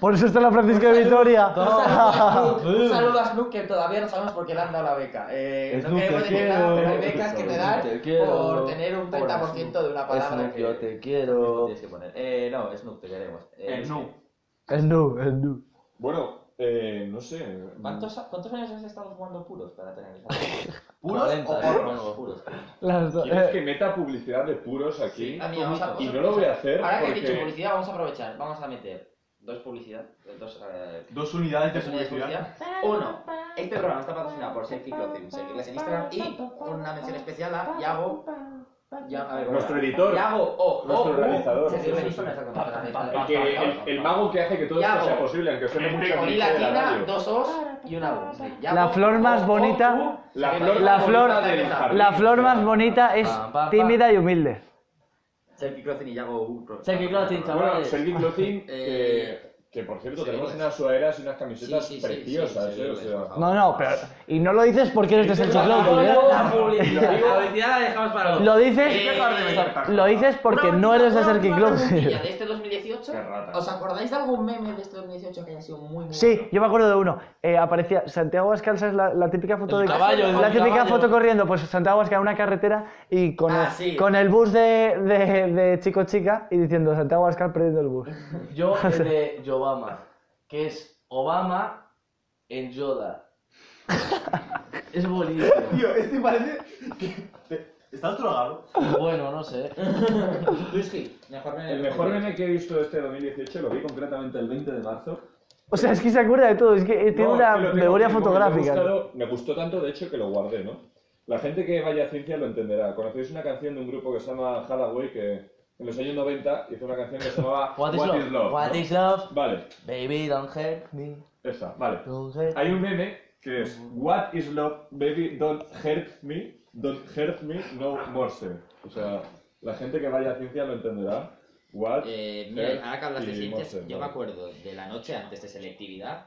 [SPEAKER 3] Por eso está la Francisca de Vitoria.
[SPEAKER 1] Un saludo a Snook, que todavía no sabemos por qué le han dado la beca. Eh, no
[SPEAKER 2] Snook,
[SPEAKER 1] queremos
[SPEAKER 2] te
[SPEAKER 1] decir nada,
[SPEAKER 2] quiero.
[SPEAKER 1] pero hay becas que te dan
[SPEAKER 2] Te quiero.
[SPEAKER 1] por tener un 30% de una palabra.
[SPEAKER 2] Snoop,
[SPEAKER 1] que-
[SPEAKER 2] yo te quiero.
[SPEAKER 1] Tienes que poner. Eh, no, Snook, te queremos. Eh,
[SPEAKER 5] Eh, no.
[SPEAKER 3] Es nu, es nu.
[SPEAKER 6] Bueno, eh, no sé.
[SPEAKER 1] ¿Cuántos, ¿Cuántos años has estado fumando puros para tener esa
[SPEAKER 5] ¿Puros
[SPEAKER 2] 40,
[SPEAKER 5] o porros?
[SPEAKER 2] supongo.
[SPEAKER 1] puros?
[SPEAKER 3] Las do-
[SPEAKER 6] ¿Quieres
[SPEAKER 3] eh,
[SPEAKER 6] que meta publicidad de puros aquí?
[SPEAKER 1] Ah, mira, vamos a- vamos
[SPEAKER 6] Y no lo voy a hacer
[SPEAKER 1] Ahora que he dicho
[SPEAKER 6] porque...
[SPEAKER 1] publicidad, vamos a aprovechar. Vamos a meter dos publicidad. eh, Dos, eh,
[SPEAKER 5] Dos unidades de
[SPEAKER 1] dos unidades de
[SPEAKER 5] publicidad.
[SPEAKER 1] publicidad. Uno, este programa está patrocinado por Selfie Clothing. Seguirles en Instagram y una mención especial a Yago. Ya, a ver, ¿cómo
[SPEAKER 6] Nuestro
[SPEAKER 1] era?
[SPEAKER 6] editor.
[SPEAKER 1] Yago O.
[SPEAKER 6] Nuestro
[SPEAKER 1] o,
[SPEAKER 6] realizador.
[SPEAKER 1] Seguirle en
[SPEAKER 6] Sí, sí,
[SPEAKER 1] Instagram, está con nosotros.
[SPEAKER 6] El, que- el- el mago que hace que todo esto
[SPEAKER 1] Yago.
[SPEAKER 6] sea posible, aunque suene mucho
[SPEAKER 1] oh. Entre
[SPEAKER 6] a
[SPEAKER 1] con i
[SPEAKER 6] cliché de la
[SPEAKER 1] latina,
[SPEAKER 6] radio.
[SPEAKER 1] dos os oh, y una u. Sí, Yago,
[SPEAKER 3] La flor más
[SPEAKER 1] O, O,
[SPEAKER 3] bonita-
[SPEAKER 1] U.
[SPEAKER 6] La
[SPEAKER 1] Seguirle
[SPEAKER 6] flor,
[SPEAKER 1] en
[SPEAKER 3] la
[SPEAKER 1] Instagram,
[SPEAKER 3] flor-
[SPEAKER 1] está
[SPEAKER 6] del
[SPEAKER 1] empezando.
[SPEAKER 6] jardín.
[SPEAKER 3] La flor más bonita es tímida y humilde.
[SPEAKER 1] Selfie Clothing y Yago U.
[SPEAKER 2] Selfie Clothing, chaval.
[SPEAKER 6] Bueno, Sergi Clothing,
[SPEAKER 1] Eh,
[SPEAKER 6] que, que por cierto,
[SPEAKER 1] sí,
[SPEAKER 6] tenemos
[SPEAKER 1] bueno.
[SPEAKER 6] unas sudaderas y unas camisetas
[SPEAKER 1] Sí, sí, sí,
[SPEAKER 6] preciosas,
[SPEAKER 1] sí,
[SPEAKER 6] ¿eh? O
[SPEAKER 1] sí,
[SPEAKER 6] sea,
[SPEAKER 1] por favor.
[SPEAKER 3] No, no, pero. Y no lo dices porque eres de
[SPEAKER 6] Dices
[SPEAKER 3] Sergio
[SPEAKER 6] la
[SPEAKER 3] Clothing, ¿eh?
[SPEAKER 6] palabra.
[SPEAKER 2] publicidad.
[SPEAKER 1] La publicidad la dejamos para luego.
[SPEAKER 3] Lo dices,
[SPEAKER 1] Eh,
[SPEAKER 3] lo dices porque
[SPEAKER 1] Una
[SPEAKER 3] no
[SPEAKER 1] última,
[SPEAKER 3] eres de
[SPEAKER 1] una
[SPEAKER 3] Sergi
[SPEAKER 1] última
[SPEAKER 3] Clothing.
[SPEAKER 1] preguntilla de este 2018.
[SPEAKER 5] Qué rata.
[SPEAKER 1] ¿Os acordáis de algún meme de este 2018 que haya sido muy, muy
[SPEAKER 3] Sí,
[SPEAKER 1] bueno?
[SPEAKER 3] yo me acuerdo de uno. Eh, aparecía Santiago Ascanza, es la, la típica foto
[SPEAKER 2] El
[SPEAKER 3] de
[SPEAKER 2] caballo, el
[SPEAKER 3] la típica
[SPEAKER 2] caballo.
[SPEAKER 3] foto corriendo. Pues Santiago Abascal en una carretera y con,
[SPEAKER 1] Ah,
[SPEAKER 3] el,
[SPEAKER 1] sí.
[SPEAKER 3] con el bus de, de, de chico chica y diciendo Santiago Abascal perdiendo el bus.
[SPEAKER 2] Yo el de Yobama, que es Obama en Yoda. Es buenísimo.
[SPEAKER 5] Tío, este parece que... te- ¿Estás drogado?
[SPEAKER 2] Bueno, no sé.
[SPEAKER 1] Luis Gil, mejor meme.
[SPEAKER 6] El mejor meme que he visto este 2018 lo vi concretamente el 20 de marzo.
[SPEAKER 3] O sea, es que se acuerda de todo, es que tiene
[SPEAKER 6] No,
[SPEAKER 3] una
[SPEAKER 6] es que lo tengo
[SPEAKER 3] memoria
[SPEAKER 6] aquí, porque
[SPEAKER 3] fotográfica.
[SPEAKER 6] Me, ha gustado- me gustó tanto, de hecho, que lo guardé, ¿no? La gente que vaya a ciencia lo entenderá. Conocéis una canción de un grupo que se llama Hathaway, que en los años 90 hizo una canción que se llamaba
[SPEAKER 2] What is love? What
[SPEAKER 6] ¿no?
[SPEAKER 2] is love?
[SPEAKER 6] Vale,
[SPEAKER 2] Baby, don't hurt me.
[SPEAKER 6] esa, vale.
[SPEAKER 2] Don't hurt
[SPEAKER 6] Hay un meme que es What is love, baby, don't hurt me, don't hurt me, no morse. O sea, la gente que vaya a ciencia lo entenderá. What?
[SPEAKER 1] Eh, mira,
[SPEAKER 6] hurt
[SPEAKER 1] ahora que hablas de
[SPEAKER 6] y
[SPEAKER 1] ciencias,
[SPEAKER 6] morse,
[SPEAKER 1] yo me
[SPEAKER 6] ¿no?
[SPEAKER 1] acuerdo de la noche antes de selectividad.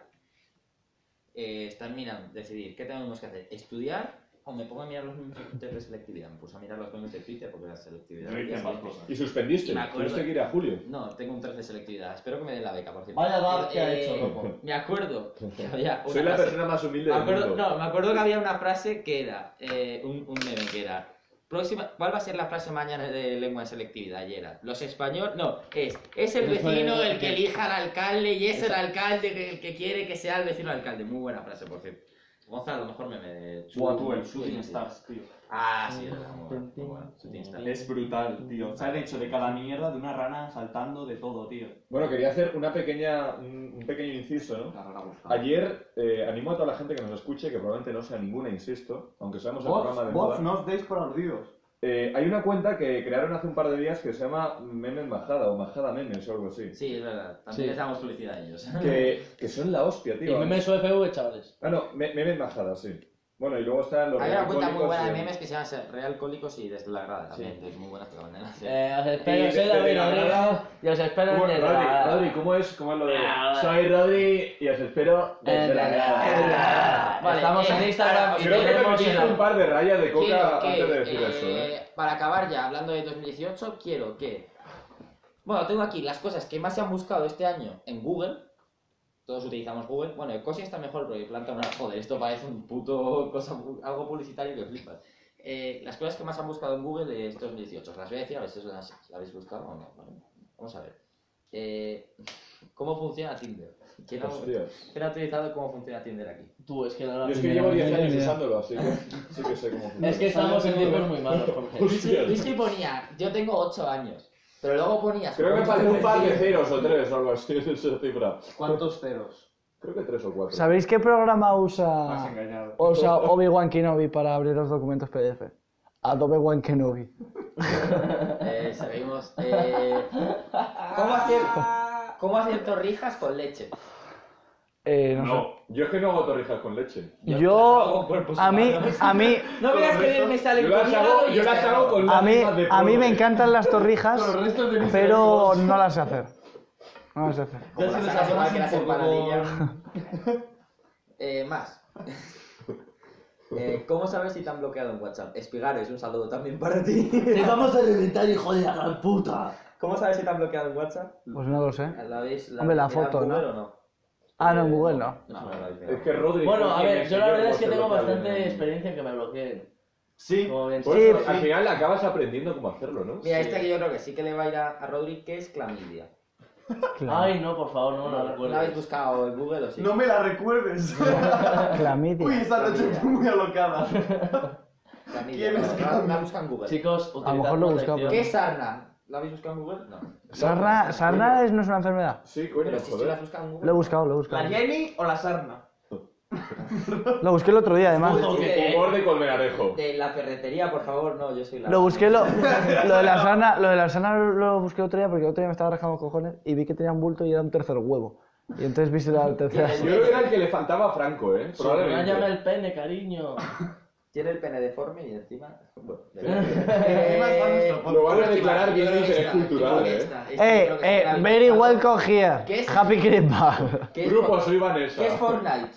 [SPEAKER 1] Eh, están mirando, decidir, ¿qué tenemos que hacer? ¿Estudiar? O me pongo a mirar los memes de selectividad. Me puse a mirar los memes de Twitter porque la selectividad.
[SPEAKER 5] Yo hice
[SPEAKER 1] es
[SPEAKER 5] más
[SPEAKER 1] este.
[SPEAKER 5] cosas.
[SPEAKER 6] Y suspendiste,
[SPEAKER 1] Me acuerdo.
[SPEAKER 6] tuviste que ir a Julio.
[SPEAKER 1] No, tengo un 3 de selectividad. Espero que me den la beca, por cierto. Eh,
[SPEAKER 5] Vaya dar que ha hecho, loco.
[SPEAKER 1] Me acuerdo que había una
[SPEAKER 6] Soy la
[SPEAKER 1] frase-
[SPEAKER 6] persona más humilde
[SPEAKER 1] Me
[SPEAKER 6] del
[SPEAKER 1] acuerdo,
[SPEAKER 6] mundo.
[SPEAKER 1] no, me acuerdo que había una frase que era, eh, un, un meme que era, próxima, ¿cuál va a ser la frase mañana de lengua de selectividad? Y era, los españoles, no, es, es el vecino el que elija al alcalde y es el alcalde que- el que quiere que sea el vecino alcalde. Muy buena frase, por cierto. Gonzalo, a lo mejor meme de...
[SPEAKER 5] Buah, tú, el
[SPEAKER 1] Chu-
[SPEAKER 5] shooting stars, tío.
[SPEAKER 1] Ah, sí, era muy bueno, muy bueno, Shooting Stars.
[SPEAKER 5] Es brutal, tío. Se ha hecho de cada mierda, de una rana saltando, de todo, tío.
[SPEAKER 6] Bueno, quería hacer una pequeña, un, un pequeño inciso, ¿no?
[SPEAKER 5] La rana buscada.
[SPEAKER 6] Ayer eh, animo a toda la gente que nos escuche, que probablemente no sea ninguna, insisto, aunque seamos el programa de
[SPEAKER 5] Vos,
[SPEAKER 6] moda.
[SPEAKER 5] vos no os deis por ardidos.
[SPEAKER 6] Eh, hay una cuenta que crearon hace un par de días que se llama Memes Majada o Majada Memes o algo así.
[SPEAKER 1] Sí, es verdad, también
[SPEAKER 2] Sí.
[SPEAKER 1] les damos publicidad a ellos.
[SPEAKER 6] Que, que son la hostia,
[SPEAKER 2] Y
[SPEAKER 6] tío.
[SPEAKER 2] memes UFV, chavales.
[SPEAKER 6] Ah, no, me- Memes Majada, sí. Bueno, y luego están los
[SPEAKER 1] Hay una cuenta muy
[SPEAKER 6] realicólicos
[SPEAKER 1] buena de
[SPEAKER 6] en-
[SPEAKER 1] memes que se llama Realcólicos y desde la grada también. Es muy buena esta manera. sí.
[SPEAKER 2] Eh, os
[SPEAKER 6] Y
[SPEAKER 2] espero, soy
[SPEAKER 6] desde la
[SPEAKER 2] David Rodríguez
[SPEAKER 6] grada-
[SPEAKER 2] y os espero en
[SPEAKER 6] ¿Cómo,
[SPEAKER 2] el
[SPEAKER 6] Rodri,
[SPEAKER 2] grada.
[SPEAKER 6] Rodri, ¿cómo es? ¿Cómo es lo de...?
[SPEAKER 2] Ah,
[SPEAKER 6] Soy Rodri y os espero desde
[SPEAKER 2] En
[SPEAKER 6] la
[SPEAKER 2] la
[SPEAKER 6] grada.
[SPEAKER 2] grada.
[SPEAKER 1] Vale,
[SPEAKER 2] Estamos
[SPEAKER 1] eh,
[SPEAKER 2] en Instagram
[SPEAKER 1] ahora,
[SPEAKER 2] y
[SPEAKER 6] Creo que me
[SPEAKER 2] tenemos en
[SPEAKER 6] pusiste
[SPEAKER 2] la-
[SPEAKER 6] un par de rayas de coca
[SPEAKER 1] Quiero que,
[SPEAKER 6] antes de decir
[SPEAKER 1] eh,
[SPEAKER 6] eso, ¿eh?
[SPEAKER 1] Para acabar ya, hablando de 2018, quiero que... Bueno, tengo aquí las cosas que más se han buscado este año en Google. Todos utilizamos Google. Bueno, el COSI está mejor porque planta una... Joder, esto parece un puto... Cosa, algo publicitario que flipas. Eh, las cosas que más han buscado en Google de este 2018. Os las voy a decir a ver si os las las habéis buscado o no. ¿vale? Vamos a ver. Eh, ¿Cómo funciona Tinder? ¿Quién ha,
[SPEAKER 6] Hostias.
[SPEAKER 1] quién ha utilizado cómo funciona Tinder aquí?
[SPEAKER 2] Tú, es que no
[SPEAKER 6] Yo
[SPEAKER 2] lo
[SPEAKER 6] es que llevo 10 años usándolo, así que sí que sé cómo funciona.
[SPEAKER 2] Es que estamos en tiempos muy malos, Jorge.
[SPEAKER 1] Sí, es que ponía, yo tengo 8 años, pero luego ponía...
[SPEAKER 6] Creo que falta un par de ceros o tres o algo así, esa cifra.
[SPEAKER 5] ¿Cuántos ceros?
[SPEAKER 6] Creo que tres o cuatro.
[SPEAKER 3] ¿Sabéis qué programa
[SPEAKER 6] Ah.
[SPEAKER 5] Me has
[SPEAKER 3] usa,
[SPEAKER 5] engañado.
[SPEAKER 3] usa Obi-Wan Kenobi para abrir los documentos PDF? Adobe One Kenobi.
[SPEAKER 1] Eh, seguimos. eh, ¿cómo, hacer, ¿Cómo hacer torrijas con leche?
[SPEAKER 3] Eh, no, sé.
[SPEAKER 6] No, yo es que no hago torrijas con leche.
[SPEAKER 3] Yo, a mí, a mí,
[SPEAKER 1] No veas que me sale
[SPEAKER 6] Yo las hago, yo las hago con
[SPEAKER 3] a mí,
[SPEAKER 6] lágrimas de eh.
[SPEAKER 3] a mí me
[SPEAKER 6] pobre.
[SPEAKER 3] encantan las torrijas,
[SPEAKER 6] Los restos de mis
[SPEAKER 3] pero
[SPEAKER 6] amigos.
[SPEAKER 3] no las sé hacer. No las sé hacer.
[SPEAKER 1] Como
[SPEAKER 5] Ya se
[SPEAKER 1] las
[SPEAKER 5] las
[SPEAKER 1] hace mal que
[SPEAKER 5] hacemos
[SPEAKER 1] las
[SPEAKER 5] un poco-
[SPEAKER 1] empanadillas. Eh, más. Eh, ¿Cómo sabes si te han bloqueado en WhatsApp? Espigares, un saludo también para ti.
[SPEAKER 2] vamos a reventar, hijo de la gran puta!
[SPEAKER 1] ¿Cómo sabes si te han bloqueado en WhatsApp?
[SPEAKER 3] Pues no lo sé.
[SPEAKER 1] ¿La veis? ¿La,
[SPEAKER 3] Hombre, la
[SPEAKER 1] veis en
[SPEAKER 3] foto, ¿no?
[SPEAKER 1] Google o no?
[SPEAKER 3] Ah, no, en
[SPEAKER 1] Eh,
[SPEAKER 3] Google no.
[SPEAKER 1] No, no, la veis en
[SPEAKER 6] Es que Rodri.
[SPEAKER 2] Bueno,
[SPEAKER 6] tú
[SPEAKER 2] a
[SPEAKER 6] tienes
[SPEAKER 2] ver, yo
[SPEAKER 6] que
[SPEAKER 2] la
[SPEAKER 6] yo
[SPEAKER 2] verdad es
[SPEAKER 6] puedo
[SPEAKER 2] que tengo
[SPEAKER 6] hacerlo
[SPEAKER 2] bastante
[SPEAKER 6] también.
[SPEAKER 2] experiencia en que me bloqueen.
[SPEAKER 5] Sí.
[SPEAKER 2] Como bien
[SPEAKER 6] Por
[SPEAKER 2] sabes.
[SPEAKER 6] eso, al final acabas aprendiendo cómo hacerlo, ¿no?
[SPEAKER 1] Mira, esta que yo creo que sí que le va a ir a, a Rodri, que es clamidia.
[SPEAKER 2] Ay, no, por favor, no me lo
[SPEAKER 1] ¿La habéis
[SPEAKER 2] recuerdes.
[SPEAKER 1] buscado en Google o sí?
[SPEAKER 5] No me la recuerdes.
[SPEAKER 3] Clamidia.
[SPEAKER 5] Uy, esa noche fue muy alocada.
[SPEAKER 1] Clamidia.
[SPEAKER 5] ¿Quién es
[SPEAKER 1] la-
[SPEAKER 5] clamidia?
[SPEAKER 1] La buscan en Google.
[SPEAKER 2] Chicos,
[SPEAKER 3] A lo mejor lo
[SPEAKER 2] utilizad
[SPEAKER 3] buscaba.
[SPEAKER 1] ¿Qué
[SPEAKER 2] protección.
[SPEAKER 1] es sarna? ¿La habéis buscado en Google? No.
[SPEAKER 3] Sarna, sarna es- no es una enfermedad.
[SPEAKER 6] Sí, coño,
[SPEAKER 1] Pero si sí la has
[SPEAKER 6] joder.
[SPEAKER 1] buscado en Google.
[SPEAKER 3] Lo he buscado, lo he buscado.
[SPEAKER 5] ¿La Jenny o la Sarna?
[SPEAKER 3] Lo busqué el otro día, además.
[SPEAKER 2] Ojo, que-
[SPEAKER 1] Sí,
[SPEAKER 6] Humor de colmenarejo.
[SPEAKER 1] De la ferretería, por favor, no, yo soy la.
[SPEAKER 3] Lo busqué, lo, lo de la sarna, lo de la sarna lo- lo busqué otro día porque el otro día me estaba rajando los cojones y vi que tenía un bulto y era un tercer huevo. Y entonces viste la tercera.
[SPEAKER 6] Yo creo que era el que le faltaba a Franco, ¿eh?
[SPEAKER 2] Sí, Me van a llamar
[SPEAKER 6] Probablemente.
[SPEAKER 2] el pene, cariño.
[SPEAKER 1] Tiene el pene deforme y encima. Bueno, de-
[SPEAKER 5] Encima está nuestro
[SPEAKER 1] Eh,
[SPEAKER 5] podcast.
[SPEAKER 6] Lo van a
[SPEAKER 1] última,
[SPEAKER 6] declarar bien de
[SPEAKER 1] última,
[SPEAKER 6] interés
[SPEAKER 1] última,
[SPEAKER 6] cultural, ¿eh?
[SPEAKER 1] esta, esta
[SPEAKER 3] Eh,
[SPEAKER 1] creo que
[SPEAKER 3] eh,
[SPEAKER 1] será la
[SPEAKER 3] very
[SPEAKER 1] mejor.
[SPEAKER 3] welcome here.
[SPEAKER 1] ¿Qué es?
[SPEAKER 3] Happy Christmas.
[SPEAKER 1] ¿Qué es,
[SPEAKER 6] Grupo, soy Vanessa.
[SPEAKER 1] ¿Qué es Fortnite?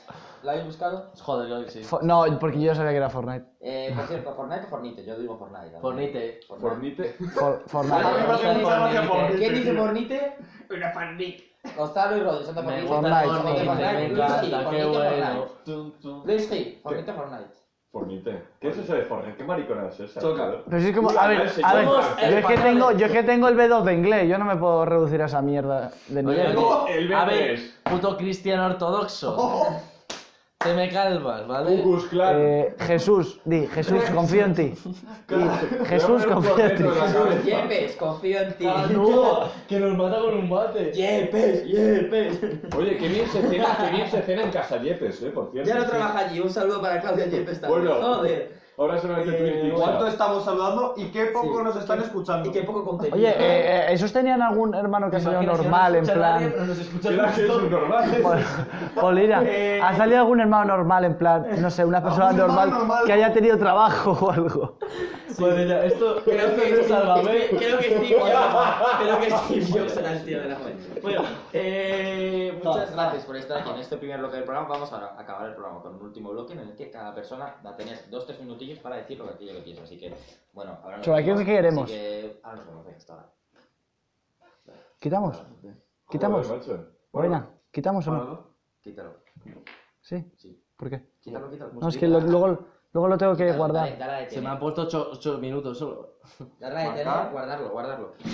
[SPEAKER 1] ¿La habéis buscado?
[SPEAKER 2] Joder, hoy sí.
[SPEAKER 3] Fo- No, porque yo ya sabía que era Fortnite.
[SPEAKER 1] Eh, por cierto, ¿Fortnite o Fornite? Yo digo Fortnite. ¿no?
[SPEAKER 2] Fornite.
[SPEAKER 6] Fornite.
[SPEAKER 3] For-
[SPEAKER 1] Vale,
[SPEAKER 3] Fortnite.
[SPEAKER 5] me hace
[SPEAKER 1] Fortnite.
[SPEAKER 5] mucha gracia Fortnite,
[SPEAKER 1] ¿Quién dice
[SPEAKER 5] tío.
[SPEAKER 1] Fornite?
[SPEAKER 5] Una Fornite.
[SPEAKER 1] Gonzalo y Rodri, son de
[SPEAKER 2] Me
[SPEAKER 1] Fornite.
[SPEAKER 3] gusta
[SPEAKER 1] Son de
[SPEAKER 2] Fornite,
[SPEAKER 1] Fornite.
[SPEAKER 2] me
[SPEAKER 1] Luis Gil,
[SPEAKER 2] encanta, qué
[SPEAKER 1] Fornite,
[SPEAKER 2] bueno.
[SPEAKER 1] Fortnite.
[SPEAKER 2] Tum, tum.
[SPEAKER 5] Eh,
[SPEAKER 1] Luis Gil, Fornite, Fortnite.
[SPEAKER 6] Fornite. ¿Qué es eso de Fornite? ¿Qué maricona es esa?
[SPEAKER 5] Choca.
[SPEAKER 3] Pero si es como, a ver, a ver, yo es que tengo, yo es que tengo el B2 de inglés, yo no me puedo reducir a esa mierda de
[SPEAKER 2] Oye,
[SPEAKER 3] nivel.
[SPEAKER 6] No, el
[SPEAKER 2] a
[SPEAKER 6] B3.
[SPEAKER 2] ver, puto cristiano ortodoxo. Te me calmas, ¿vale?
[SPEAKER 6] Cucus Clan.
[SPEAKER 3] Eh, Jesús, di, Jesús, confío en ti. Di, Jesús,
[SPEAKER 6] Le voy a poner un
[SPEAKER 3] confío en ti.
[SPEAKER 6] cuarteto en la cabeza.
[SPEAKER 1] Yepes, confío en ti.
[SPEAKER 2] Ah, no, que nos mata con un bate.
[SPEAKER 1] Yepes, Yepes.
[SPEAKER 6] Oye, qué bien se cena, qué bien se cena en Casa Yepes, eh, por cierto.
[SPEAKER 1] Ya no
[SPEAKER 6] Sí.
[SPEAKER 1] trabaja allí, un saludo para Claudia Yepes también.
[SPEAKER 6] Bueno.
[SPEAKER 1] Joder.
[SPEAKER 6] Ahora solamente
[SPEAKER 1] Eh,
[SPEAKER 6] tú y Pizza.
[SPEAKER 5] ¿Cuánto estamos saludando y qué poco
[SPEAKER 1] Sí.
[SPEAKER 5] nos están escuchando?
[SPEAKER 1] Y qué poco contenido.
[SPEAKER 3] Oye, eh, eh, ¿esos tenían algún hermano que ha salido
[SPEAKER 2] Imagina si no
[SPEAKER 3] normal, en
[SPEAKER 2] nos escucha nadie,
[SPEAKER 3] plan?
[SPEAKER 2] pero nos escucha
[SPEAKER 6] Era que es
[SPEAKER 2] todo.
[SPEAKER 6] un normal.
[SPEAKER 3] Olira,
[SPEAKER 5] Eh,
[SPEAKER 3] ¿ha salido algún hermano normal, en plan, no sé, una persona
[SPEAKER 5] algún hermano
[SPEAKER 3] normal,
[SPEAKER 5] normal.
[SPEAKER 3] que haya tenido trabajo o algo?
[SPEAKER 2] Madre mía, esto
[SPEAKER 1] Creo que,
[SPEAKER 2] esto es Sálvame.
[SPEAKER 1] este- creo que Steve Jobs- creo que Steve Jobs será el tío de la juventud. Bueno, eh, muchas gracias por estar aquí en este primer bloque del programa. Vamos ahora a acabar el programa con un último bloque en el que cada persona va a tener dos tres minutillos para decir lo que aquello que piensa. Así que, bueno, ahora nos
[SPEAKER 3] Sobre aquello
[SPEAKER 1] vemos.
[SPEAKER 3] que queremos.
[SPEAKER 1] Así que, ahora nos vemos. Venga, hasta ahora.
[SPEAKER 3] ¿Quitamos? ¿Quitamos?
[SPEAKER 6] Joder, macho.
[SPEAKER 3] Buena, ¿quitamos o no?
[SPEAKER 1] Quítalo.
[SPEAKER 3] ¿Sí?
[SPEAKER 1] Sí.
[SPEAKER 3] ¿Por qué?
[SPEAKER 1] Quítalo, quítalo.
[SPEAKER 3] No, es que lo- luego, luego lo tengo que
[SPEAKER 1] Dale,
[SPEAKER 3] guardar.
[SPEAKER 1] dale, dale a detener.
[SPEAKER 2] Se me han puesto 8 minutos solo.
[SPEAKER 1] Dale a detener, guardarlo, guardarlo.